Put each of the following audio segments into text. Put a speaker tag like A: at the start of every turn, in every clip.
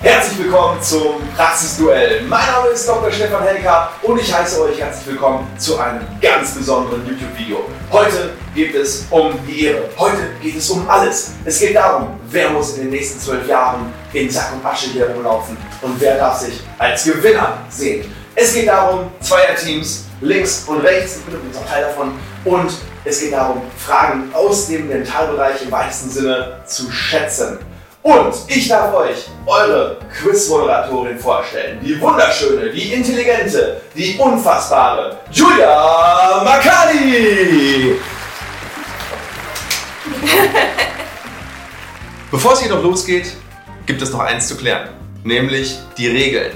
A: Herzlich willkommen zum Praxisduell. Mein Name ist Dr. Stefan Helker und ich heiße euch herzlich willkommen zu einem ganz besonderen YouTube-Video. Heute geht es um die Ehre. Heute geht es um alles. Es geht darum, wer muss in den nächsten zwölf Jahren in Sack und Asche hier rumlaufen und wer darf sich als Gewinner sehen. Es geht darum, Zweierteams links und rechts, ich bin übrigens auch Teil davon, und es geht darum, Fragen aus dem Dentalbereich im weitesten Sinne zu schätzen. Und ich darf euch eure Quiz-Moderatorin vorstellen. Die wunderschöne, die intelligente, die unfassbare Julia Makali! Bevor es jedoch losgeht, gibt es noch eins zu klären, nämlich die Regeln.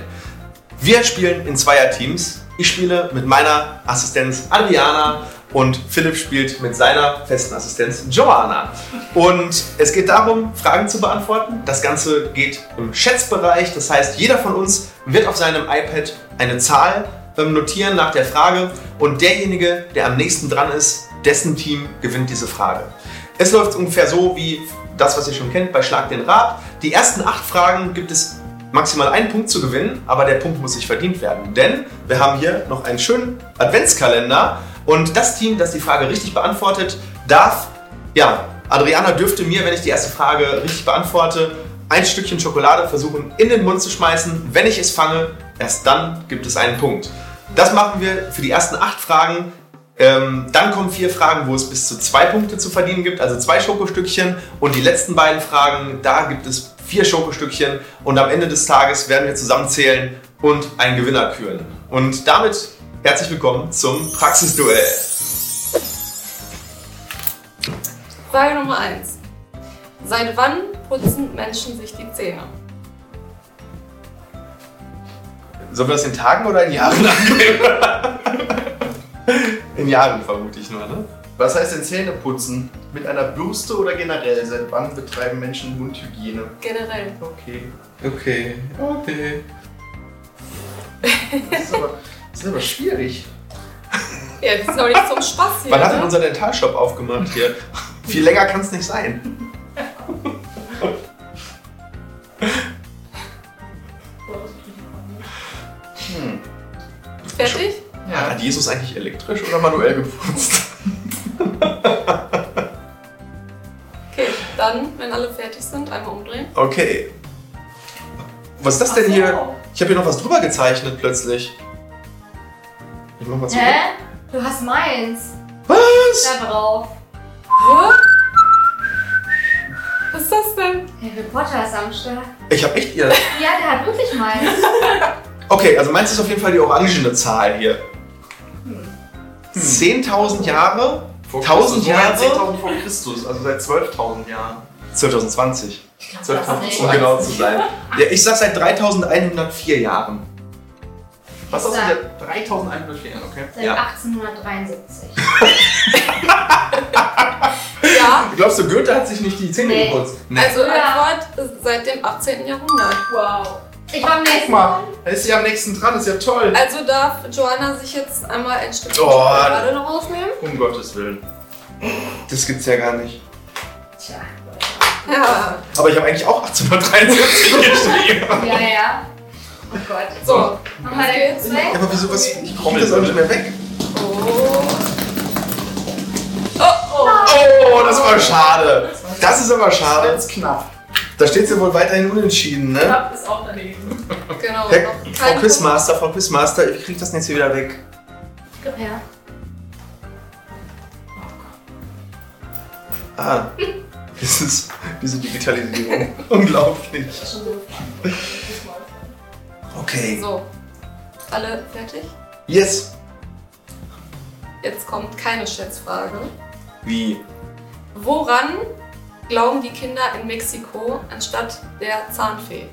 A: Wir spielen in Zweierteams. Ich spiele mit meiner Assistenz Adriana und Philipp spielt mit seiner festen Assistenz Joanna. Und es geht darum, Fragen zu beantworten. Das Ganze geht im Schätzbereich. Das heißt, jeder von uns wird auf seinem iPad eine Zahl ähm, notieren nach der Frage und derjenige, der am nächsten dran ist, dessen Team gewinnt diese Frage. Es läuft ungefähr so wie das, was ihr schon kennt bei Schlag den Rab. Die ersten acht Fragen gibt es maximal einen Punkt zu gewinnen, aber der Punkt muss sich verdient werden. Denn wir haben hier noch einen schönen Adventskalender und das Team, das die Frage richtig beantwortet, darf, ja, Adriana dürfte mir, wenn ich die erste Frage richtig beantworte, ein Stückchen Schokolade versuchen in den Mund zu schmeißen. Wenn ich es fange, erst dann gibt es einen Punkt. Das machen wir für die ersten acht Fragen. Ähm, dann kommen vier Fragen, wo es bis zu zwei Punkte zu verdienen gibt, also zwei Schokostückchen. Und die letzten beiden Fragen, da gibt es vier Schokostückchen. Und am Ende des Tages werden wir zusammenzählen und einen Gewinner küren. Und damit herzlich willkommen zum Praxisduell.
B: Frage Nummer 1. Seit wann putzen Menschen sich die Zähne?
A: Sollen wir das in Tagen oder in Jahren angeben? in Jahren vermute ich nur, ne?
C: Was heißt denn Zähneputzen? Mit einer Bürste oder generell? Seit wann betreiben Menschen Mundhygiene?
B: Generell.
C: Okay.
A: Okay, okay.
C: Das ist aber, das ist aber schwierig.
B: Ja, das ist doch nicht zum Spaß hier.
A: Wann hat denn
B: ne?
A: unser Dentalshop aufgemacht hier? Viel länger kann es nicht sein.
C: Hm.
B: Fertig?
C: Ja.
A: Hat Jesus eigentlich elektrisch oder manuell geputzt?
B: Okay, dann, wenn alle fertig sind, einmal umdrehen.
A: Okay. Was ist das denn hier? Ich habe hier noch was drüber gezeichnet plötzlich. Ich mach mal zurück.
D: Hä? Du hast meins
A: Was?
D: da drauf.
B: Hä? Was ist das denn?
D: Harry Potter ist am Start.
A: Ich habe echt ihr.
D: Ja, der hat wirklich meins.
A: Okay, also meins ist auf jeden Fall die orangene Zahl hier.
D: Hm.
A: 10.000 Jahre,
C: Vor
A: 1000
C: Christus. Moment,
A: Jahre?
C: 10.000 vor Christus, also seit 12.000 Jahren.
A: 2020.
D: Ich glaub, das
C: 12.000
D: nicht.
A: um genau zu sein. Ja, ich sag seit 3104 Jahren.
C: Was hast du
D: Sag.
C: denn? 3.100 Jahren, okay.
D: Seit
A: Ja.
D: 1873.
B: Ja,
A: Glaubst du, Goethe hat sich nicht die Zähne
D: Nee.
A: geputzt? Nee.
B: also
D: Ja.
B: Antwort seit dem 18. Jahrhundert. Wow.
D: Ich war am
C: Guck
D: nächsten.
C: mal, da ist sie am nächsten dran, ist ja toll.
B: Also darf Joanna sich jetzt einmal ein Stück
A: Oh.
B: Schokolade noch aufnehmen?
C: Um Gottes Willen.
A: das gibt's ja gar nicht.
D: Tja.
B: Ja.
A: Aber ich habe eigentlich auch 1873 geschrieben.
D: Ja, ja. Oh Gott.
B: So.
D: Mach mal den Kurs
A: Ja,
D: weg.
A: aber wieso was? Ich komme
C: Trommel,
A: das auch nicht
C: bitte.
A: mehr weg.
B: Oh. Oh, oh.
A: Oh, das war schade. Das ist aber schade.
C: Ganz knapp.
A: Da steht's ja wohl weiterhin unentschieden, ne?
E: Knapp ist auch daneben.
B: Genau.
A: Herr,
B: noch kein
A: Frau Quizmaster, Frau Quizmaster, ich krieg das jetzt hier wieder weg.
D: Gib her.
A: Ah. Das ist diese Digitalisierung. Unglaublich. Okay.
B: So, alle fertig?
A: Yes.
B: Jetzt kommt keine Schätzfrage.
A: Wie?
B: Woran glauben die Kinder in Mexiko anstatt der Zahnfee?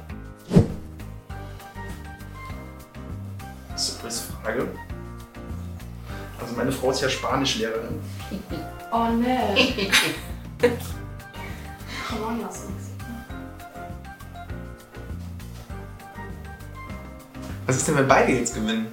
C: Das ist eine Frage. Also meine Frau ist ja Spanischlehrerin.
E: Oh ne.
D: Komm on, lass uns.
A: Was ist denn, wenn beide jetzt gewinnen?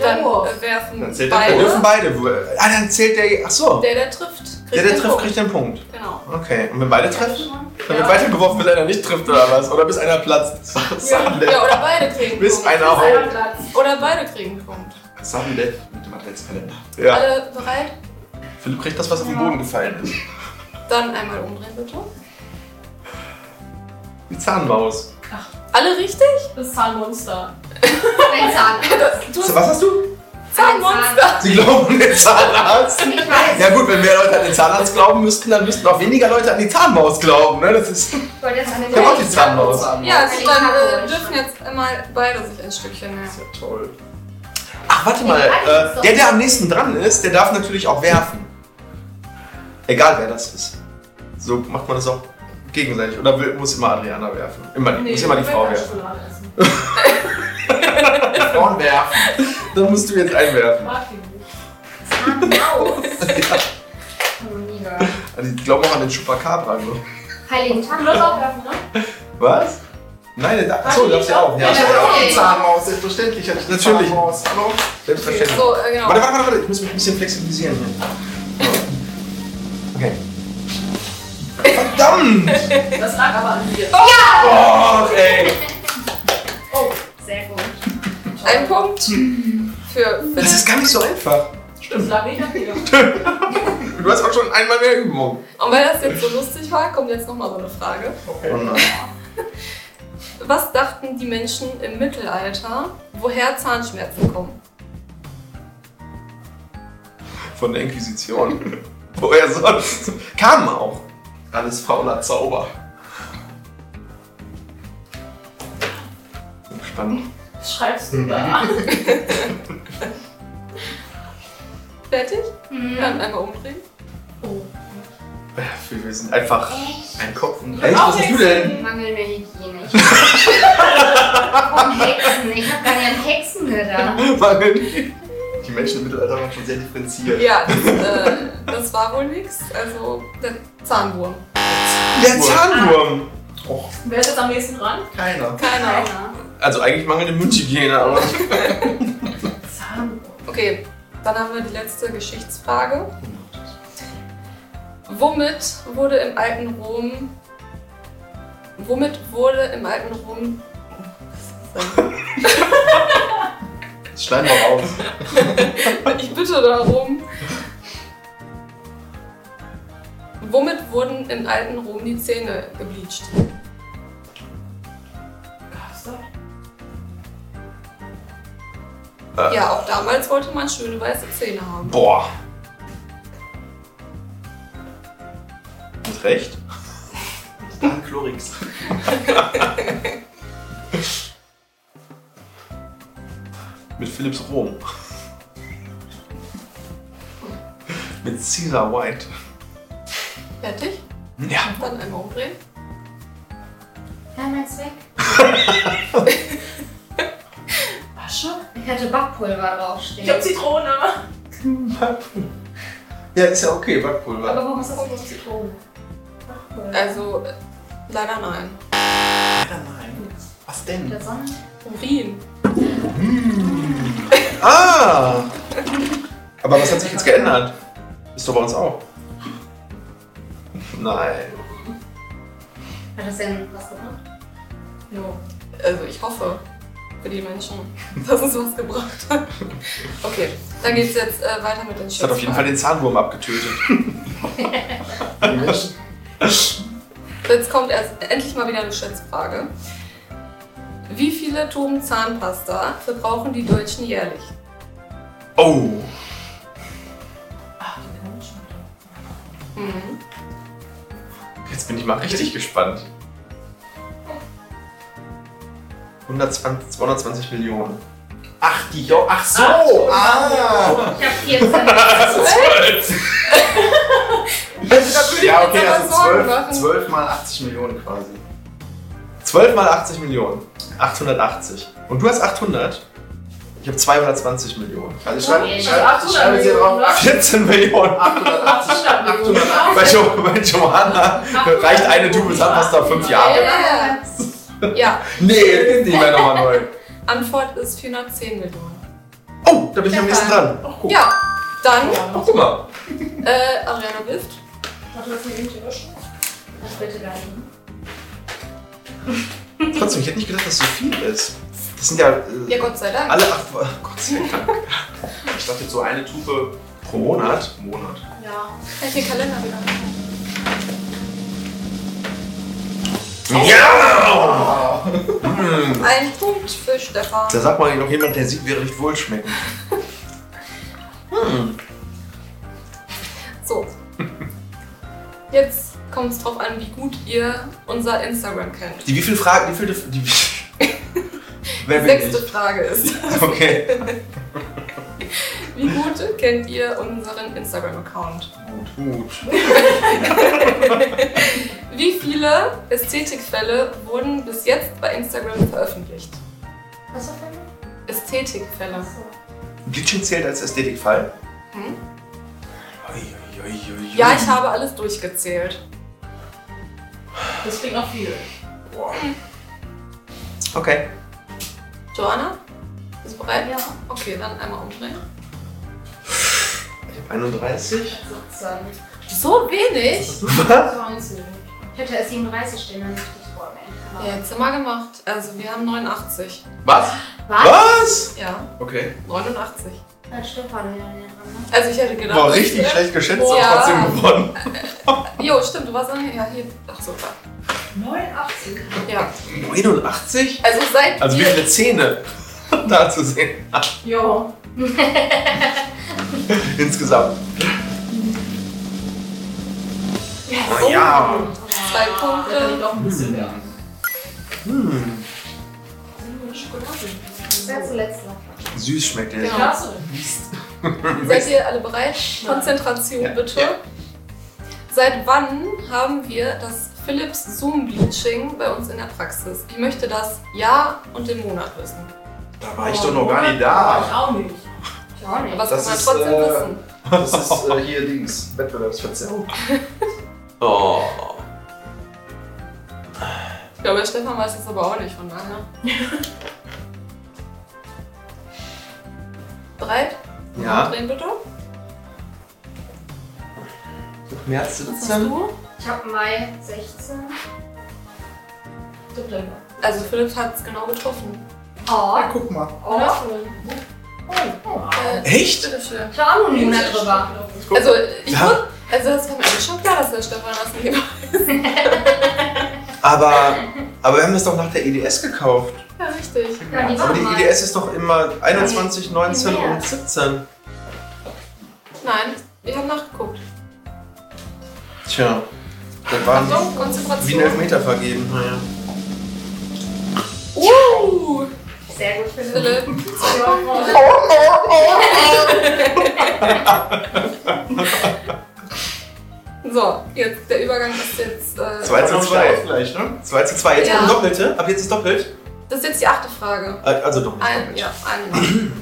B: Dann
E: Wurf.
B: äh, werfen
C: Dann zählt der
A: Wir
B: beide.
A: dürfen beide. wo- Ah, dann zählt der. Ach so.
B: Der, der trifft, kriegt
A: Der, der
B: den
A: trifft,
B: Punkt.
A: kriegt den Punkt.
B: Genau.
A: Okay. Und wenn beide treffen?
D: Schon mal?
A: Dann wird weitergeworfen, bis einer nicht trifft oder was? Oder bis einer platzt.
C: Sudden
B: Ja, oder beide kriegen
A: Bis
B: Punkt.
A: einer haut.
D: Ein Platz.
B: Oder beide kriegen einen Punkt.
C: Death. Sudden Death mit dem Adventskalender.
A: Ja.
B: Alle bereit?
A: Philipp kriegt das, was auf den Boden gefallen ist.
B: Dann einmal umdrehen, bitte.
A: Die Zahnmaus.
B: Alle richtig?
E: Das Zahnmonster.
D: Ein Zahnarzt.
B: Du
A: Was hast du?
D: Ein
B: Zahnmonster.
D: Zahnarzt.
A: Sie glauben an den Zahnarzt?
D: Ich weiß.
A: Ja gut, wenn mehr Leute an den Zahnarzt glauben müssten, dann müssten auch weniger Leute an die Zahnmaus glauben. Ne? Das ist
D: Ich wollte jetzt an den
A: Ich hab auch die Zahnmaus.
B: Ja, also dann äh,
D: Zahnarzt.
B: dürfen jetzt einmal beide sich ein Stückchen nehmen.
C: Ist ja toll.
A: Ach, warte mal. Äh, der, der am nächsten dran ist, der darf natürlich auch werfen. Egal wer das ist. So macht man das auch gegenseitig. Oder will, muss immer Adriana werfen? Immer, die- muss immer die Frau werfen.
E: werfen.
C: Frauen werfen.
A: Dann musst du jetzt einwerfen.
E: Mag die nicht.
D: Zahnmaus. Hab noch nie gehört.
A: Also ich glaube auch an den Chupacabra. So.
D: Heiligen
E: Du darfst auch
D: Tag.
E: werfen, ne?
A: Was? Nein, der darf. Achso,
E: Warte,
A: darfst du ja auch. Ja,
C: Ich hatte auch eine
D: Okay.
C: Zahnmaus, selbstverständlich hatte ich eine
A: Natürlich.
C: Zahnmaus. Hallo?
A: selbstverständlich.
B: So, äh, genau.
A: Warte, warte, warte, warte, ich muss mich ein bisschen flexibilisieren hier. Okay. Verdammt!
E: Das lag aber an dir.
A: Oh, ey!
D: Sehr gut.
B: Ein Punkt für
A: Das
B: Philipp.
A: ist gar nicht so einfach.
E: Stimmt, lag nicht an dir.
A: Du hast auch schon einmal mehr Übung.
B: Und weil das jetzt so lustig war, kommt jetzt nochmal so eine Frage.
A: Oh nein.
B: Was dachten die Menschen im Mittelalter, woher Zahnschmerzen kommen?
A: Von der Inquisition. Woher sonst? Kamen auch. Alles fauler Zauber. Spannend.
E: Was schreibst du da?
B: Fertig? Dann
D: Hm.
B: einmal umdrehen.
E: Oh.
A: Äh, Wir sind einfach
D: Echt?
A: ein Kopf und
E: Echt?
A: Was bist du denn?
D: Mangelnde Hygiene. Ich Von Hexen. Ich hab gar nicht an Hexen gedacht.
A: Mann.
C: Die Menschen im Mittelalter waren schon sehr differenziert.
B: Ja, das, äh, das war wohl nix. Also der Zahnwurm.
A: Der Zahnwurm. Och,
E: Wer ist jetzt am nächsten dran?
C: Keiner.
B: Keiner.
D: Keiner.
A: also eigentlich mangelnde Mundhygiene, aber
E: Zahnmonster.
B: Okay, dann haben wir die letzte Geschichtsfrage. Womit wurde im alten Rom. Womit wurde im alten Rom.
C: Das schneiden wir raus.
B: Ich bitte darum. Womit wurden im alten Rom die Zähne gebleicht?
E: Gab's das?
A: Äh.
B: Ja, auch damals wollte man schöne weiße Zähne haben.
A: boah. Mit Recht?
C: Dann Chlorix.
A: Mit Philips Rom. Mit Caesar White.
B: Fertig?
A: Ja.
B: Dann einmal umdrehen.
D: Nein, meins weg.
E: Asche?
D: Ich hatte Backpulver draufstehen.
E: Ich hab Zitrone.
A: Ja, ist ja okay, Backpulver.
E: Aber warum ist das denn bloß Zitrone?
B: Also, äh, leider nein.
C: Alter, nein. Was
D: In
C: denn?
D: der Sonne.
B: Urin.
A: Ah! Aber was hat sich jetzt geändert? Ist doch bei uns auch. Nein.
D: Hat das denn was gebracht?
E: Jo.
B: Also, ich hoffe für die Menschen, dass es was gebracht hat. Okay, dann geht's jetzt äh, weiter mit den
A: Das hat auf jeden Fall den Zahnwurm abgetötet.
B: Jetzt kommt erst endlich mal wieder eine Schätzfrage. Wie viele Tonnen Zahnpasta verbrauchen die Deutschen jährlich?
A: Oh!
E: Ach, die kommen schon wieder.
B: Mhm.
A: Jetzt bin ich mal richtig gespannt. 120, 220 Millionen.
C: Ach, die Jo. Ach so.
A: Ah!
D: Ich hab 14.
B: Also, da würde
C: Ja,
B: ich mir
C: okay,
B: jetzt aber
C: also
B: Sorgen
C: 12,
B: machen.
C: 12 mal 80 Millionen quasi.
A: 12 mal 80 Millionen. 880. Und du hast 800? Ich habe 220 Millionen.
C: Also ich schreibe,
D: Okay,
C: ich
D: also
C: schreibe, ich schreibe jetzt
E: 800
C: hier drauf
E: Millionen, ne?
A: 14 Millionen!
C: 880.
E: 800 Millionen.
A: Bei, jo bei Johanna reicht eine Tube Zahnpasta fünf Jahre.
B: Ja. Ja,
A: Nee, das geht nicht mehr nochmal neu.
B: Antwort ist 410 Millionen.
A: Oh, da bin ich am nächsten dran.
C: Ach, guck.
B: Ja, dann
A: Oh, guck mal.
B: äh, Ariana Wift.
E: Warte, lass mich eben hier waschen.
D: Was bitte da liegen?
A: Trotzdem, ich hätte nicht gedacht, dass so viel ist. Das sind ja, äh,
B: Ja, Gott sei Dank.
A: alle acht Wo- Oh Gott sei Dank. Ich dachte jetzt so eine Tube pro Monat.
C: Monat.
E: Ja.
B: Kann ich den Kalender wieder machen?
A: Ja!
B: Ein Punkt für Stefan.
A: Da sagt man noch jemand, der sieht, wäre recht wohlschmeckend. Hm.
B: So. Jetzt kommt es drauf an, wie gut ihr unser Instagram kennt.
A: Die wie viele Fragen, wie viele. Die, wer bin
B: Sechste
A: ich?
B: Frage ist,
A: Okay.
B: wie gut kennt ihr unseren Instagram-Account?
C: Gut. Gut.
B: Wie viele Ästhetikfälle wurden bis jetzt bei Instagram veröffentlicht?
D: Was auf einmal?
B: Ästhetikfälle.
D: Achso.
A: Glitchen zählt als Ästhetikfall.
B: Hm?
A: Ui, ui, ui, ui, ui.
B: Ja, ich habe alles durchgezählt.
E: Das klingt noch viel.
A: Boah. Okay.
B: Joanna? Bist du bereit?
D: Ja.
B: Okay, dann einmal umdrehen.
A: Ich habe 31.
D: 17.
B: So wenig?
A: Was?
E: 19.
D: Ich hätte es 37 stehen, dann hätte ich es vor mir.
B: Ja,
D: Aber-
B: jetzt sind wir gemacht. Also wir haben 89.
D: Was?
A: Was?
B: Ja,
A: Okay.
B: 89.
D: Dann Stefan wieder näher dran, ne?
B: Also ich hätte gedacht...
A: Boah, richtig schlecht geschätzt und
B: Ja.
A: trotzdem gewonnen.
B: Jo, stimmt, du warst an ja, hier. Ach so, da.
E: 89.
B: Ja.
A: 89?
B: Also seit
A: Also wie
B: wir.
A: viele Zähne da zu sehen.
E: Jo.
A: Insgesamt.
B: Oh.
A: ja.
B: Zwei
E: Da kann ich
B: Punkte.
E: doch ein bisschen mehr.
A: Hm.
D: Wer
E: Schokolade.
D: zuletzt noch?
A: Süß schmeckt der.
B: Ja.
E: Klasse.
B: Seid ihr alle bereit? Konzentration
A: Ja.
B: bitte.
A: Ja.
B: Seit wann haben wir das Philips Zoom Bleaching bei uns in der Praxis? Ich möchte das Jahr und den Monat wissen.
C: Da war ich doch noch gar nicht da.
E: War Ich auch nicht.
D: Ich auch
B: Aber
D: nicht.
B: was
C: Das
B: kann man
C: ist,
B: trotzdem
C: äh,
B: wissen?
C: Das ist äh, hier Dings. Wettbewerbsverzerrung.
A: Oh.
B: Ich glaube, der Stefan weiß das aber auch nicht, von daher. bereit?
A: Ja.
B: Drehen bitte.
A: März
B: Was hast du?
D: Ich habe Mai 16.
E: September.
B: Also Philips hat es genau getroffen.
D: Oh.
C: Ah, guck mal.
D: Oh.
A: Echt?
B: Äh, Bitteschön.
D: Ah. Ich war auch noch nie mehr drüber.
B: Also, ich
A: Ja.
B: wus- also das war mir eigentlich schon klar, dass der Stefan das nicht war.
A: Aber, aber wir haben das doch nach der EDS gekauft.
B: Ja, richtig.
D: Ja, die
A: Aber
D: waren
A: Also die
D: mal.
A: EDS ist doch immer 21, 19 und 17.
B: Nein, wir haben nachgeguckt.
A: Tja. Das waren
B: Achtung,
A: wie ein
B: Konzentration.
A: Elfmeter vergeben. Naja.
B: Uh,
D: Sehr gut, Philipp.
B: Philipp. So, jetzt, der Übergang ist jetzt... Äh,
A: Zwei. 2 zu 2.
C: Vielleicht, ne?
A: 2 zu 2. Jetzt
B: Ja.
A: kommt Doppelte. Ab jetzt ist doppelt.
B: Das ist jetzt die achte Frage.
A: Äh, Also doppelt.
B: Ein,
A: doppelt.
B: Ah, ja, einmal.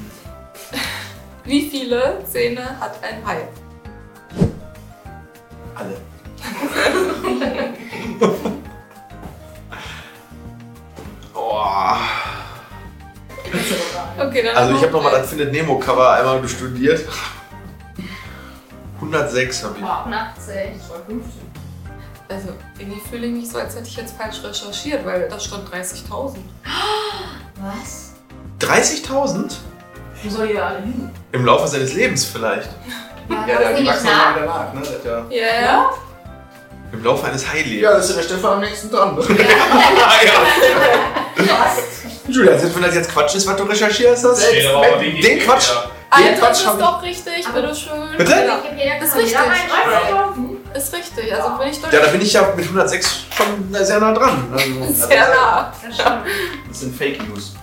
B: Wie viele Zähne hat ein Hai?
A: Alle. oh.
B: Okay, dann
A: Also ich habe nochmal
B: das.
A: das Findet Nemo Cover einmal bestudiert. 106 habe ich.
D: 80.
E: 250.
B: Also irgendwie fühle ich mich so, als hätte ich jetzt falsch recherchiert, weil da stand 30.000.
D: Was?
A: 30.000?
E: Wo soll ihr alle hin?
A: Im Laufe seines Lebens vielleicht.
D: Ja, das
C: Ja, der,
D: ist
C: die
D: nicht
C: wachsen nochmal
D: nah.
C: wieder nach, ne? Das hat ja.
B: Ja?
A: Im Laufe eines
C: ja,
A: Heillebens.
C: das ist ja der Stefan am nächsten dran. Ne?
A: Ja, ja.
E: Was?
A: Julia, also wenn das jetzt Quatsch ist, was du recherchierst, das
F: Steht aber auch
A: den,
F: nicht
A: den
F: in
A: Quatsch.
F: der-
A: Den
B: Alter, Ah, das
A: Quatsch
B: ist
A: hab ich.
B: doch richtig,
D: Aber-
B: bitteschön.
A: Bitte?
B: Ja,
D: Wikipedia
B: Das
D: kann
B: ist
D: man wieder
B: richtig.
D: reinschreiben.
B: ist richtig, also bin ich doch
A: Ja, da bin ich ja mit 106 schon sehr nah dran. Also,
B: sehr nah.
D: Das stimmt.
C: Das sind Fake News.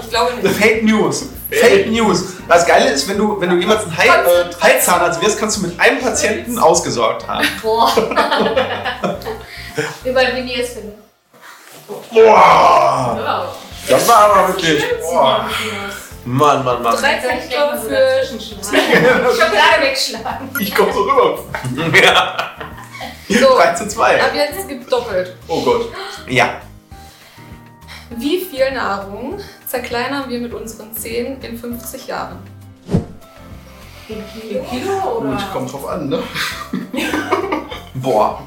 B: Ich glaube nicht.
A: Fake News. Fake News. Das Geile ist, wenn du, wenn du jemals einen Hai- äh, Heilzahnarzt wirst, kannst du mit einem Patienten ausgesorgt haben.
D: Boah. Überall Videos finden.
C: Ah.
A: Boah!
E: Ja.
A: Das war aber wirklich. Boah. Mann, Mann, Mann.
B: Drei Punkte für
D: Schokolade wegschlagen.
A: Ich komme so rüber. Ja.
B: So.
A: 3 zu 2.
B: Ab jetzt gibt doppelt.
C: Oh Gott.
A: Ja.
B: Wie viel Nahrung zerkleinern wir mit unseren Zähnen in 50 Jahren?
E: Ein Kilo oder?
C: Gut, kommt drauf an, ne?
A: Boah.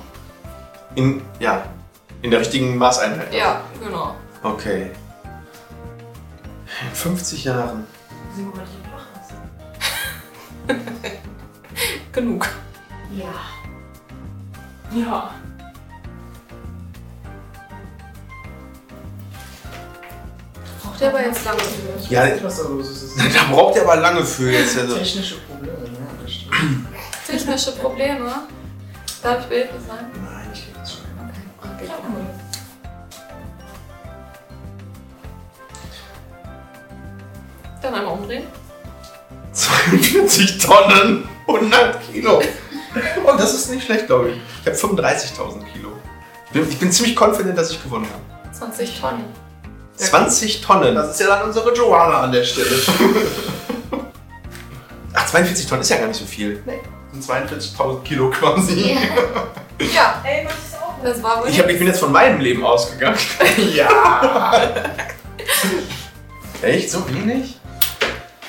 A: In, ja. In der richtigen Maßeinheit.
B: Ja, genau.
A: Okay. In 50 Jahren.
E: Sehen wir mal, wie du machst.
B: Genug.
D: Ja.
E: Ja.
B: Braucht der aber jetzt lange.
C: Ich
A: Ja,
C: weiß nicht, was da los ist. Das ist
A: Da braucht ihr aber lange für jetzt. Also.
C: technische Probleme, ne? Das stimmt.
B: Technische Probleme. Darf ich behilflich sein?
C: Nein, ich krieg das schon.
B: Okay. Dann einmal umdrehen.
A: 42 Tonnen, 100 Kilo. Und Oh, das ist nicht schlecht, glaube ich. Ich habe 35.000 Kilo. Ich bin, ich bin ziemlich confident, dass ich gewonnen habe.
B: 20 Tonnen.
A: 20 Tonnen.
C: Das ist ja dann unsere Joanna an der Stelle.
A: Ach, 42 Tonnen ist ja gar nicht so viel.
C: sind 42.000 Kilo quasi.
D: ja.
B: Ja,
E: Ey, mach das auch.
B: das war wohl.
A: Ich, hab, ich bin jetzt von meinem Leben ausgegangen.
C: Ja.
A: Echt? So wenig?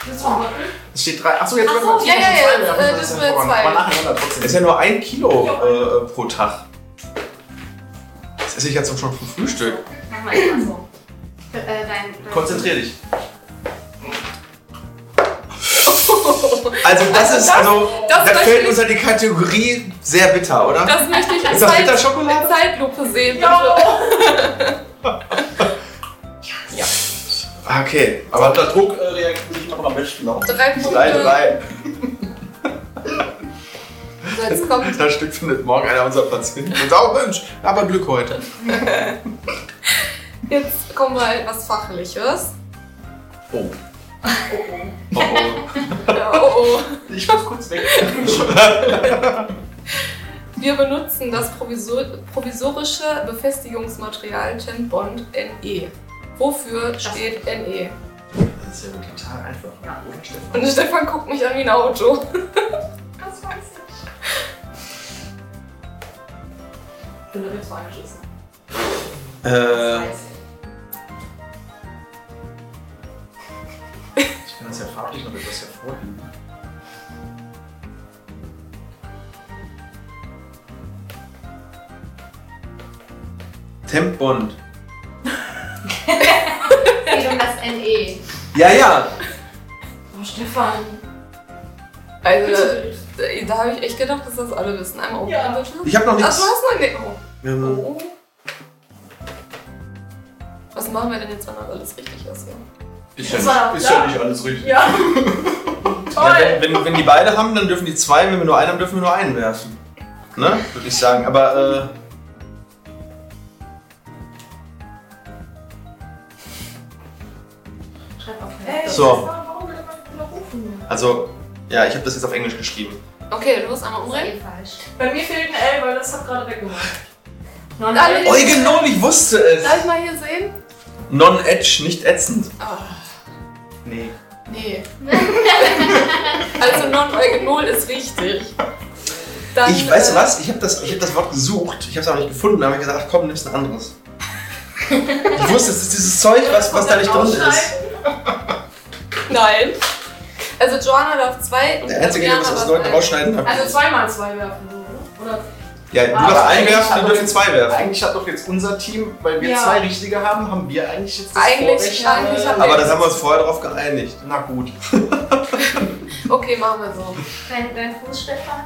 E: Willst du mal
C: Es steht drei. Achso, jetzt
E: Ach so,
C: wird
B: ja, ja, ja,
C: wir
B: jetzt,
C: haben
B: äh,
C: das
B: dürfen
C: ja
B: wir
C: voran.
B: zwei.
C: Aber nacheinander trotzdem.
A: Das ist ja nur ein Kilo äh, pro Tag. Das esse ich jetzt schon vom Frühstück.
D: Mach mal immer so. Äh, dein, dein
C: Konzentrier dich.
A: Also das
B: Also
A: ist,
B: das-
A: also,
B: das
A: das
B: möchte
A: fällt
B: ich-
A: unter die Kategorie sehr bitter, oder?
B: Das halt- möchte ich in,
A: Ist das
B: Zeit,
A: Bitterschokolade?
B: in Zeitlupe sehen.
E: Ja.
A: Ah, Okay,
C: Aber unter Druck äh, reagiert sich noch am besten auch.
B: Drei Punkte.
C: Drei, drei.
B: So, jetzt kommt
A: Das Stück findet morgen einer unserer Patienten. Und auch Mensch, aber Glück heute.
B: Jetzt kommen wir etwas Fachliches.
A: Oh.
E: Oh,
A: Oh,
E: oh.
A: oh.
B: Ja, oh, oh.
C: Ich muss kurz weg.
B: Wir benutzen das provisor provisorische Befestigungsmaterial Tinbond NE. Wofür steht NE?
C: Das ist ja wirklich total einfach. Ja, oder Stefan?
B: Und Stefan guckt mich an wie ein Auto.
D: Das weiß ich.
E: Ich bin da jetzt mal angeschissen.
D: Das
A: Äh,
D: weiß ich.
C: Ich kann das ja farblich noch etwas hervorheben.
A: Tempbond.
D: Es geht um das NE.
A: Ja, ja.
E: Oh, Stefan. Äh,
B: Also, da, da habe ich echt gedacht, dass das alle wissen. Einmal umdrehen
E: Ja.
B: bitte.
A: Ich habe noch
B: Ach, du
A: nichts.
B: hast noch nicht. Oh.
A: Ähm,
B: Oh. Was machen wir denn jetzt, wenn das alles richtig ist? Ja?
C: Ist
E: Das war doch klar.
C: alles richtig.
E: Ja.
A: ja,
E: Toll.
A: wenn, wenn, wenn die beide haben, dann dürfen die zwei. Wenn wir nur einen haben, dürfen wir nur einen werfen. Ne? Würde ich sagen. Aber äh,
D: Schreib auf den
E: Ey,
A: So.
E: Stefan, warum will man wieder rufen?
A: äh, also, ja, ich habe das jetzt auf Englisch geschrieben.
B: Okay, du musst einmal
D: Das ist
B: umdrehen.
D: eh falsch.
E: Bei mir fehlt ein L, weil das hat gerade weggemacht. Nein,
B: Alle-
E: nein.
A: Eugenon, ich wusste es.
B: Darf ich mal hier sehen?
A: Non-edge, nicht ätzend.
B: Ah,
C: Nee.
B: nee. also Non-Eugenol ist richtig. Dann,
A: Ich weiß
B: äh,
A: du was, ich habe das, ich hab das Wort gesucht, ich habe es aber nicht gefunden, dann habe ich gesagt, ach komm, nimmst ein anderes. Ich wusste, es ist dieses Zeug, was, was da nicht drin ist.
B: Nein. Also Joanna darf zwei und
A: Der Einzige, der
B: Adriana
A: das aus
B: darf
A: Leuten
B: ein.
A: rausschneiden hat.
E: Also zweimal zwei werfen, so, ne? Oder?
A: Ja, du
E: Aber
A: darfst einen
C: eigentlich
A: werfen,
C: hat
A: wir
C: doch
A: dürfen
C: jetzt-
A: zwei werfen.
C: Also Eigentlich hat doch jetzt unser Team, weil wir
E: Ja.
C: zwei richtige haben, haben wir eigentlich jetzt das
B: Eigentlich-
C: Vorrecht,
B: eigentlich
C: äh,
B: haben wir-
A: Aber das haben wir uns vorher darauf geeinigt.
C: Na gut.
B: Okay, machen wir so.
D: Dein, dein Fuß, Stefan?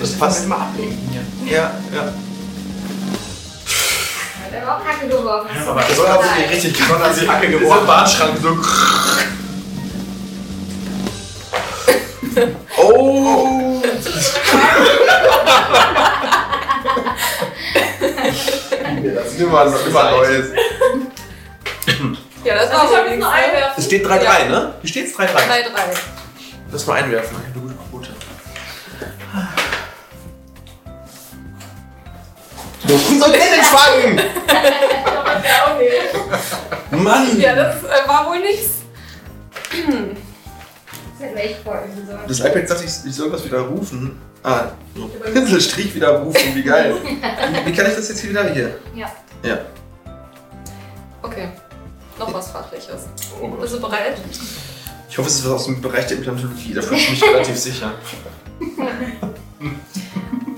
A: Das passt.
C: mal ablenken hier.
A: Ja, ja.
D: Hat er auch Kacke geworfen. Das ist
C: aber
D: doch
C: das
A: war
D: egal.
A: aber nicht richtig.
C: Ich habe die Hacke
A: Dieser
C: geworfen.
A: Bahnschrank so. Oh!
C: Das ist
A: Immer, immer Neues.
B: Ja, das
E: Also
B: war
E: ich habe jetzt nur ein werfen.
A: Es steht 3-3, ne? Hier steht es 3-3.
B: 3-3.
A: Lass mal einwerfen, eine gute Quote. Wohin soll der denn fangen?
E: Aber der auch nicht.
A: Mann!
B: Ja, das äh, war wohl nichts.
D: Das hätten wir echt vorüben sollen.
A: Das iPad sagt, ich, ich soll was wieder rufen. Ah, so. Pinselstrich wieder rufen, wie geil. Wie kann ich das jetzt hier wieder hier?
D: Ja.
B: Okay. Noch was Fachliches.
A: Oh Gott.
B: Bist du bereit?
A: Ich hoffe, es ist was aus dem Bereich der Implantologie, da fühle ich mich relativ sicher.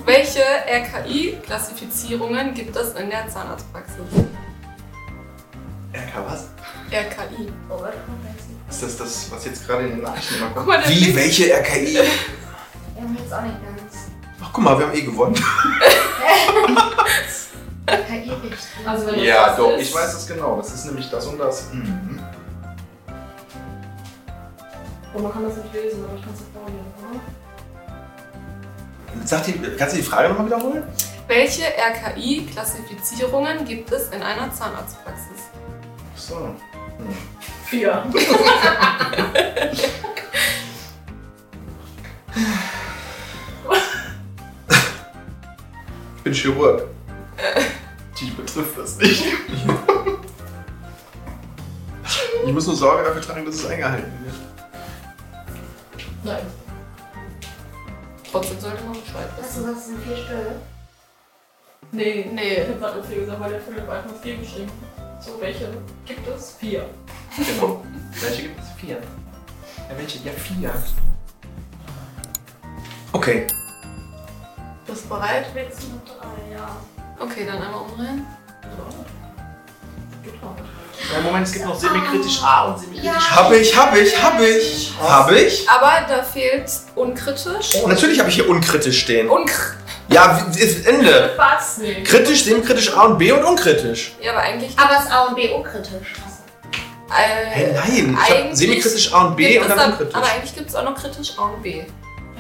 B: Welche RKI-Klassifizierungen gibt es in der Zahnarztpraxis?
C: RK, was?
B: RKI.
D: Oh,
C: Ist das das, was jetzt gerade in den Nachrichten immer
B: Guck
C: kommt?
B: mal, der
A: Wie?
B: Blick-
A: Welche RKI?
D: Wir haben jetzt auch nicht ganz.
A: Ach, guck mal, wir haben eh gewonnen.
D: KI-Richtlinie.
E: Also wenn das
C: Ja,
E: das
C: doch,
E: ist,
C: ich weiß es genau. Das ist nämlich das und das. Mhm.
E: Und man kann das nicht lesen, aber ich kann es ja vorlesen, oder?
A: Sag die, kannst du die Frage nochmal wiederholen?
B: Welche RKI-Klassifizierungen gibt es in einer Zahnarztpraxis?
C: So.
E: Vier.
C: Ich bin Chirurg. Die betrifft das nicht.
A: Ich muss nur Sorge dafür tragen, dass es eingehalten wird.
E: Nein.
B: Trotzdem sollte man Bescheid
D: Hast du
B: wissen.
D: gesagt, es sind vier Stühle?
E: Nee.
B: Nee.
E: Ich hab grad okay gesagt, weil der Philipp einfach vier geschrieben hat. So, welche gibt es? Vier.
C: Genau. Welche gibt es? Vier. Ja, welche? Ja, vier.
A: Okay.
B: Bist du bereit?
E: Wenigstens noch drei, ja.
B: Okay, dann einmal umdrehen.
E: Geht auch.
C: Ja, Moment, es gibt
E: Ah.
C: noch semikritisch A und semikritisch
D: Ja.
A: Hab ich, hab ich, hab ich. Hab ich?
B: Aber da fehlt unkritisch.
A: Oh, natürlich habe ich hier unkritisch stehen.
B: Unkr
A: Ja, wie- ist Ende.
E: Was? Nee.
A: Kritisch, semikritisch A und B und unkritisch.
B: ja, aber eigentlich.
D: Aber es ist A und B unkritisch.
A: Hey,
B: Äh,
A: nein, ich habe
B: Eigentlich
A: semikritisch A und B
B: gibt
A: und
B: es
A: dann
B: da-
A: unkritisch.
B: Aber eigentlich gibt es auch noch kritisch A und B.
D: Ja,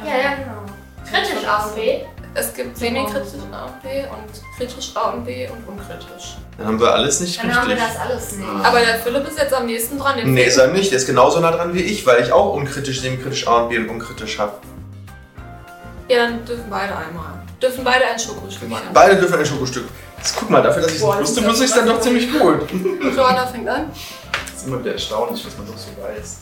D: ja, genau. Kritisch A und B.
B: Es gibt semikritisch A und B und kritisch A und B und unkritisch.
A: Dann haben wir alles nicht
D: Dann haben wir
A: richtig.
D: das alles nicht.
C: Ah.
B: Aber der Philipp ist jetzt am nächsten dran. dem
A: Nee, ist
B: fehlt-
A: er nicht. Der ist genauso nah dran wie ich, weil ich auch unkritisch, semikritisch A und B und unkritisch habe.
B: ja, dann dürfen beide einmal. Dürfen beide ein Schokostückchen.
A: Beide dürfen ein Schokostück. Jetzt guck mal, dafür, dass ich es
E: Boah,
A: nicht
E: das
A: wusste,
E: ist
A: wusste ich es dann doch ziemlich gut.
B: Joanna fängt an.
C: Das ist immer wieder erstaunlich, was man doch so weiß.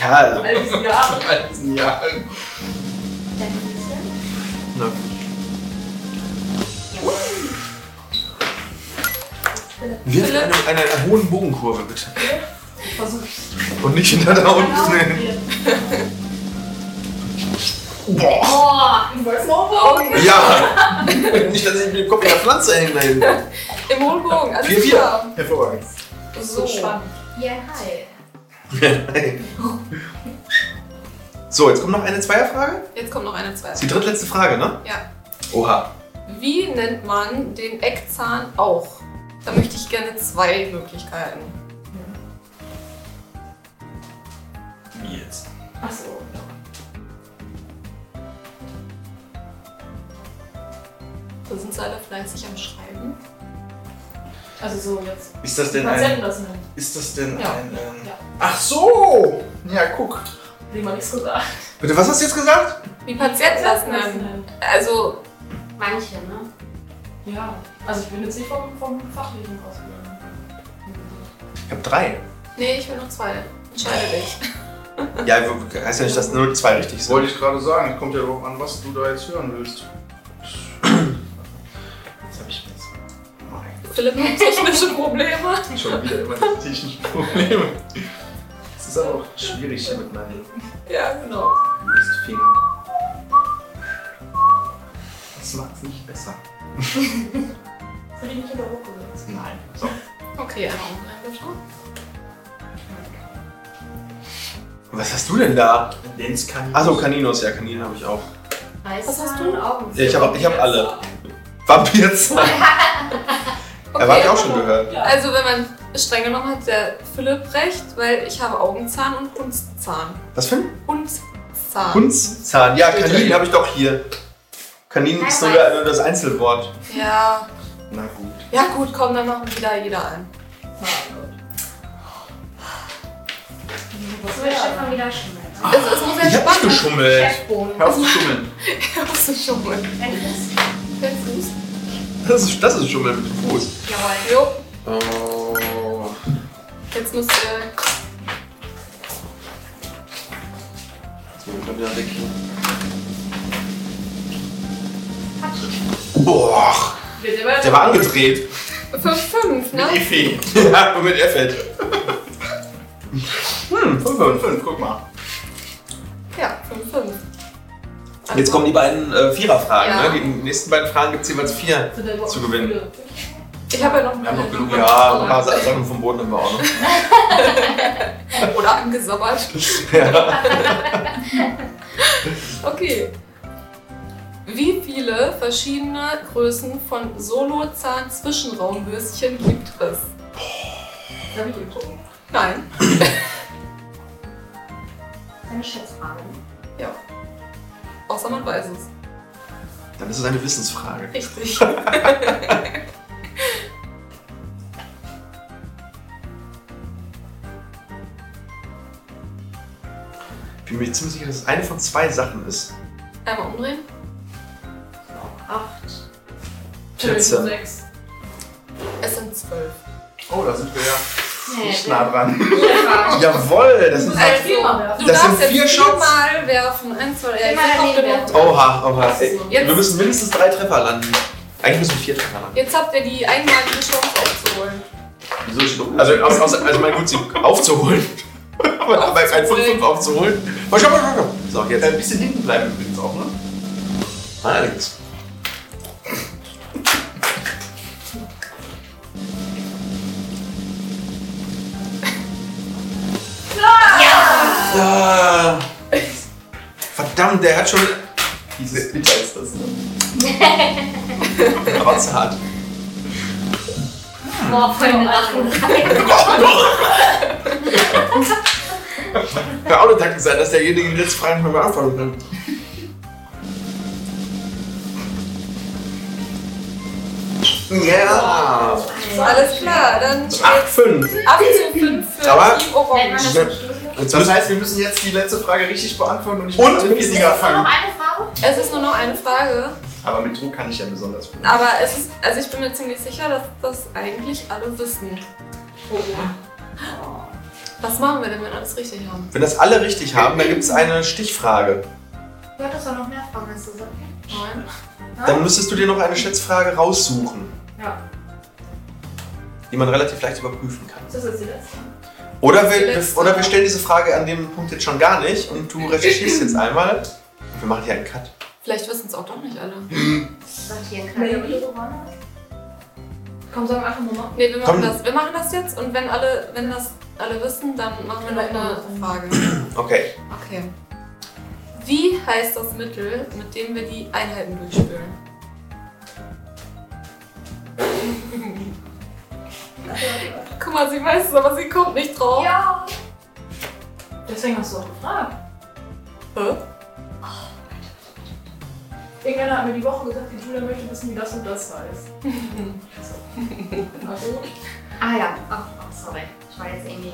A: Ja, also.
E: All diese Jahre.
C: All diesen Jahren.
D: Dann ein bisschen.
A: Na, wirf
B: Philipp?
A: eine, eine, eine hohen Bogenkurve bitte.
E: Versuch ich.
A: Und nicht hinter da unten hin.
E: Ausprobieren.
A: Boah.
D: Boah!
E: Du weißt noch was?
B: Okay.
A: Ja. nicht, dass ich mit dem Kopf in der Pflanze hängen bleibe.
B: Im hohen Bogen. Alles
A: Vier, vier.
B: klar.
C: Hervorragend.
E: Das ist
B: So.
E: so spannend.
D: Ja, hi.
A: So, jetzt kommt noch eine Zweierfrage.
B: Jetzt kommt noch eine
A: Das
B: zweite.
A: ist die drittletzte Frage, ne?
B: Ja.
A: Oha.
B: Wie nennt man den Eckzahn auch? Da möchte ich gerne zwei Möglichkeiten.
C: Wie jetzt?
E: Achso.
B: Da sind sie alle fleißig am Schreiben.
E: Also so jetzt.
C: Ist das
E: Die
C: denn ein.
E: Patienten das nennen.
C: Ist das denn
B: Ja.
C: ein. Ähm,
E: Ja.
C: Ach so! Ja, guck.
E: Wie man nichts gesagt.
A: Bitte, was hast du jetzt gesagt?
B: Wie Patienten das nennen. Also,
D: Manche, ne?
E: Ja. Also ich bin jetzt nicht vom, vom Fachleben ausgegangen.
A: Ich habe drei.
B: nee, ich will noch zwei. Entscheide dich.
A: Ja, heißt ja nicht, dass nur zwei richtig sind.
C: Wollte ich gerade sagen, es kommt ja darauf an, was du da jetzt hören willst. Jetzt hab ich jetzt. Mein
B: Philipp hat technische Probleme.
C: Gott, schon wieder immer die technischen Probleme. Es ist aber auch schwierig hier mit meinen
B: Ja, genau.
C: Wurstfingern. Das macht's nicht besser.
E: Für die nicht in der Ruhe gesetzt.
C: Nein. So.
B: Okay, einmal umdrehen bitte.
A: Was hast du denn da?
C: Lenz kann
A: Achso, Kaninos. Ja, Kaninen habe ich auch.
D: Weiß
B: Was hast
D: man.
B: du?
D: Augen.
A: Ja, ich habe ich hab alle. Vampirzahn. Ja, hab ich auch schon gehört.
E: Ja.
B: Also, wenn man streng genommen hat, der Philipp recht, weil ich habe Augenzahn und Hundzahn.
A: Was für ein
B: Hundzahn.
A: Hundzahn? Ja, Kaninen habe ich doch hier. Kaninen ist nur nur das Einzelwort.
B: Ja.
C: Na gut.
B: Ja, gut, komm, dann machen wieder jeder ein.
D: So, jetzt schon mal wieder Schimmel.
B: Also, es muss ja
A: Ich habe nicht
B: spannend
A: geschummelt.
D: Chefbohnen.
C: Hör auf zu schummeln.
B: sein. Hast du schon mal.
D: Wenn es.
B: Den Fuß?
A: Das ist, das ist Schummeln mit dem Fuß.
D: Jawohl.
B: Jo,
A: Oh.
B: jetzt äh, müsst ihr.
A: Jetzt muss ich mal wieder weg hier. Boah,
E: Wird immer
A: der war angedreht.
B: 5-5,
C: Mit
B: ne?
C: Effi.
A: Ja, mit Effet. Hm,
C: 5 und 5, guck mal.
B: Ja, 5-5.
A: Jetzt kommen die beiden äh, Viererfragen.
B: Ja.
A: Ne? Die nächsten beiden Fragen gibt es jeweils vier.
E: Sind denn überhaupt
A: Zu gewinnen.
E: Gefühle?
B: Ich habe ja noch,
A: Wir haben noch genug.
B: eine-
A: Ja, ein paar Sachen vom Boden haben wir auch noch.
B: Oder angesabbert.
A: Ja.
B: Okay. Wie viele verschiedene Größen von Solo-Zahn-Zwischenraumbürstchen gibt es?
E: Darf ich eben
B: Nein.
D: Eine Schätzfrage.
B: Ja. Außer man weiß es.
A: Dann ist es eine Wissensfrage.
B: Richtig.
A: Ich bin mir ziemlich sicher, dass es eine von zwei Sachen ist.
B: Einmal umdrehen.
D: Acht.
A: Schätze.
E: Sechs.
B: Es sind zwölf.
C: Oh, da sind wir ja
D: Nee,
C: nicht nah dran.
D: Ja.
A: Jawohl, das ist.
E: Nein, viermal
B: Du
E: werfen.
A: Das
B: darfst
A: sind vier
B: jetzt
A: Shots.
B: viermal werfen. Eins, zwei, drei,
D: Immer
B: vier,
D: daneben
B: fünf,
D: werfen.
B: sechs.
A: Oha, oha. Ey,
B: Jetzt-
A: wir müssen mindestens drei Treffer landen. Eigentlich müssen vier Treffer landen.
B: Jetzt habt ihr die einmalige Chance aufzuholen.
C: Wieso ist die
A: Also, aus, aus, also mein gut, sie aufzuholen. Aber bei 1,55 aufzuholen. Oh, stopp, stopp, stopp. So, jetzt.
C: ein bisschen hinten bleiben übrigens auch, ne?
A: Allerdings. Ja! Verdammt, der hat schon.
C: Dieses Bitter ist das, ne?
A: Aber zart.
D: Boah, voll mit Acht.
A: Kann auch eine Taktik sein, dass derjenige die letzte Frage nicht mehr beantworten kann. Ja!
B: Alles klar, dann
A: Acht,
B: steht's
A: fünf.
B: 8 zu 5 für
A: Aber-
B: Team
D: Nennt man das
B: Orange.
D: am Schlüssel?
A: Jetzt
C: Das
A: müssen-
C: heißt, wir müssen jetzt die letzte Frage richtig beantworten und ich
A: Und
C: muss alle
A: mit
C: vier
D: Ist
C: Dinger
D: das nur
C: fangen.
D: noch eine Frage?
B: Es ist nur noch eine Frage.
C: Aber mit Druck kann ich ja besonders gut.
B: Aber es ist, also ich bin mir ziemlich sicher, dass das eigentlich alle wissen. Was machen wir denn, wenn wir alles richtig haben?
A: Wenn das alle richtig haben, dann gibt es eine Stichfrage.
D: Du hattest doch noch mehr Fragen, hast du gesagt.
B: Neun?
A: Dann müsstest du dir noch eine Schätzfrage raussuchen,
E: Ja.
A: die man relativ leicht überprüfen kann.
E: Ist das jetzt die letzte?
A: Oder
B: Die
A: wir,
B: letzte.
A: oder wir stellen diese Frage an dem Punkt jetzt schon gar nicht und du recherchierst jetzt einmal. Wir machen hier einen Cut.
B: Vielleicht wissen es auch doch nicht alle. Ne,
D: Sagt hier ein
E: Nee.
D: Kater, wie du gewonnen hast?
E: Komm, sagen wir einfach nur noch.
B: wir
A: Komm.
B: machen, das, wir machen das jetzt und wenn alle, wenn das alle wissen, dann machen wir noch eine Frage.
A: Okay.
B: Okay. Wie heißt das Mittel, mit dem wir die Einheiten durchspülen? Guck mal, sie weiß es, aber sie kommt nicht drauf.
D: Ja.
E: Deswegen hast du auch gefragt.
B: Hä?
E: Irgendeiner hat mir die Woche gesagt, die Julia möchte wissen, wie das und das heißt. So. Also,
D: Ah ja. Ach, ach, sorry. Ich war jetzt irgendwie.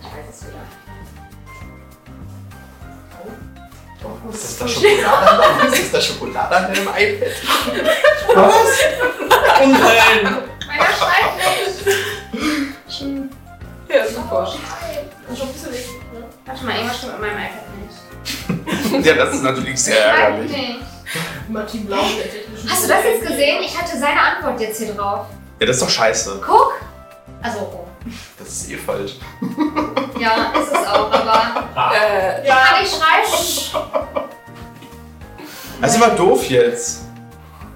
D: Ich weiß es wieder.
C: Ist das da Schokolade? Ist das da Schokolade an deinem iPad?
A: Was? Umfallen!
D: Meiner schreibt nicht. Hm.
B: Ja, super.
D: Schreibt.
E: das ist schon ein bisschen eklig, ne?
D: Warte mal, irgendwas stimmt mit meinem iPad nicht.
A: Ja, das ist natürlich sehr
D: Schreibt
A: ärgerlich.
D: nicht.
E: Martin Blau der technischen
D: Hast du das jetzt gesehen? Ich hatte seine Antwort jetzt hier drauf.
A: Ja, das ist doch scheiße.
D: Guck. Also,
A: Das ist eh falsch.
D: oh. Ja, ist es auch, aber.
B: Äh,
E: Ja.
D: Kann ich schreiben?
A: Das ist immer doof jetzt.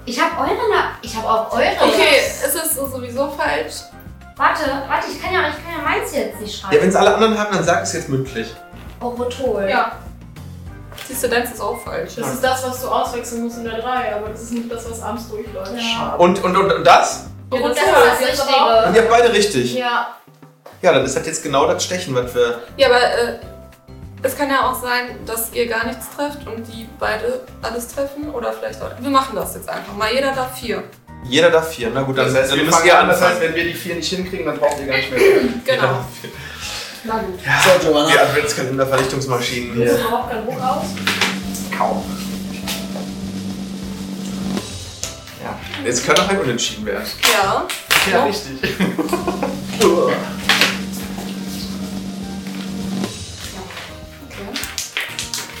D: Ich habe eure. Na ich habe auch eure.
B: okay,
D: jetzt.
B: es ist sowieso falsch.
D: Warte, warte, ich kann ja, ich kann ja meins jetzt nicht
A: Ja, wenn
D: schreiben.
A: es alle anderen haben, dann sag es jetzt mündlich.
D: Orotol.
E: Ja,
B: Siehst du, deins ist auch falsch.
E: das ist das, was du auswechseln musst in der 3, aber das ist nicht das, was abends durchläuft.
C: Schade.
A: Und, und, und, und das?
D: Ja,
E: Und
D: das
E: ja,
D: ist das
E: jetzt aber
A: Und ihr
D: Richtige.
A: habt beide richtig.
D: Ja.
A: Ja, dann ist das jetzt genau das Stechen, was wir
B: Ja, aber äh, es kann ja auch sein, dass ihr gar nichts trefft und die beide alles treffen oder vielleicht auch. Wir machen das jetzt einfach mal. Jeder darf vier.
A: Jeder darf vier. Na gut, dann,
C: Das heißt,
A: dann
C: wir
A: müsst
C: fangen
A: ihr
C: an. Das heißt,
A: anfangen.
C: wenn wir die vier nicht hinkriegen, dann brauchen wir gar nicht mehr. werden.
B: Genau.
E: Na gut.
C: So, Giovanna.
A: Die Adventskalender-Vernichtungsmaschinen
E: Das
A: hier.
E: ist überhaupt kein Druck aus.
C: Kaum.
A: Ja. Jetzt kann doch ein Unentschieden werden.
B: Ja.
C: Ja,
B: Ja.
C: richtig.
B: Okay.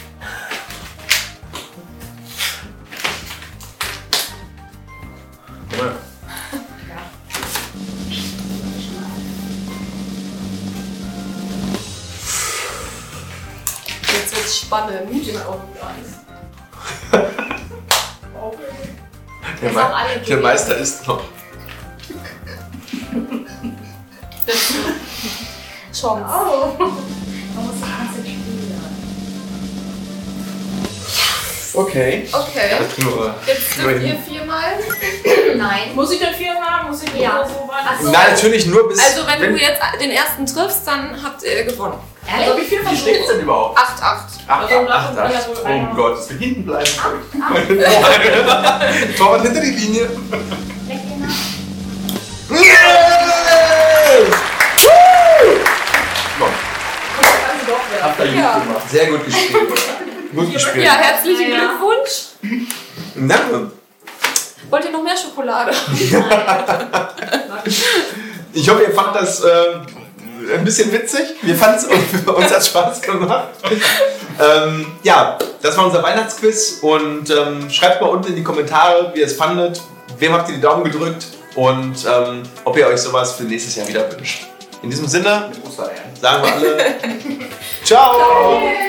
B: Jetzt wird's spannend.
E: Geht mir auch gut alles.
A: Der,
D: Ist
A: Mei-
D: auch alle
A: der
D: gewesen.
A: Meister ist noch.
B: Chance.
D: Oh.
E: Man muss das ganze Spiel lernen.
A: Okay. Ja,
B: Okay.
A: nur.
B: Jetzt dürft ihr viermal.
D: Nein.
E: Muss ich dann vier machen? Muss ich
D: Ja.
E: oder so
D: Ach so.
E: warten?
A: Nein, natürlich nur bis.
B: Also wenn du jetzt den ersten triffst, dann habt ihr gewonnen.
D: Ehrlich?
E: Wie viel
C: Wie
E: versucht
C: steht's denn überhaupt?
B: 8, 8.
C: Ach,
E: Also,
C: ach,
E: lass uns
C: ach,
E: mal so
C: oh
E: einmal-
C: Gott, dass wir hinten bleiben können.
B: Ah,
A: Torwart hinter die Linie.
D: Leck dir nach.
E: das Ganze doch werden?
C: Habt ihr gut
B: Ja.
C: gemacht.
A: Sehr gut gespielt. Gut gespielt.
B: Ja, herzlichen
D: Ja.
B: Glückwunsch.
A: Danke.
B: Wollt ihr noch mehr Schokolade?
A: Ich hoffe, ihr fandt das ähm, ein bisschen witzig. Wir fanden es uns hat Spaß gemacht. ähm, ja, das war unser Weihnachtsquiz und ähm, schreibt mal unten in die Kommentare, wie ihr es fandet, wem habt ihr die Daumen gedrückt und ähm, ob ihr euch sowas für nächstes Jahr wieder wünscht. In diesem Sinne
C: Mit Ostereiern.
A: sagen wir alle Ciao.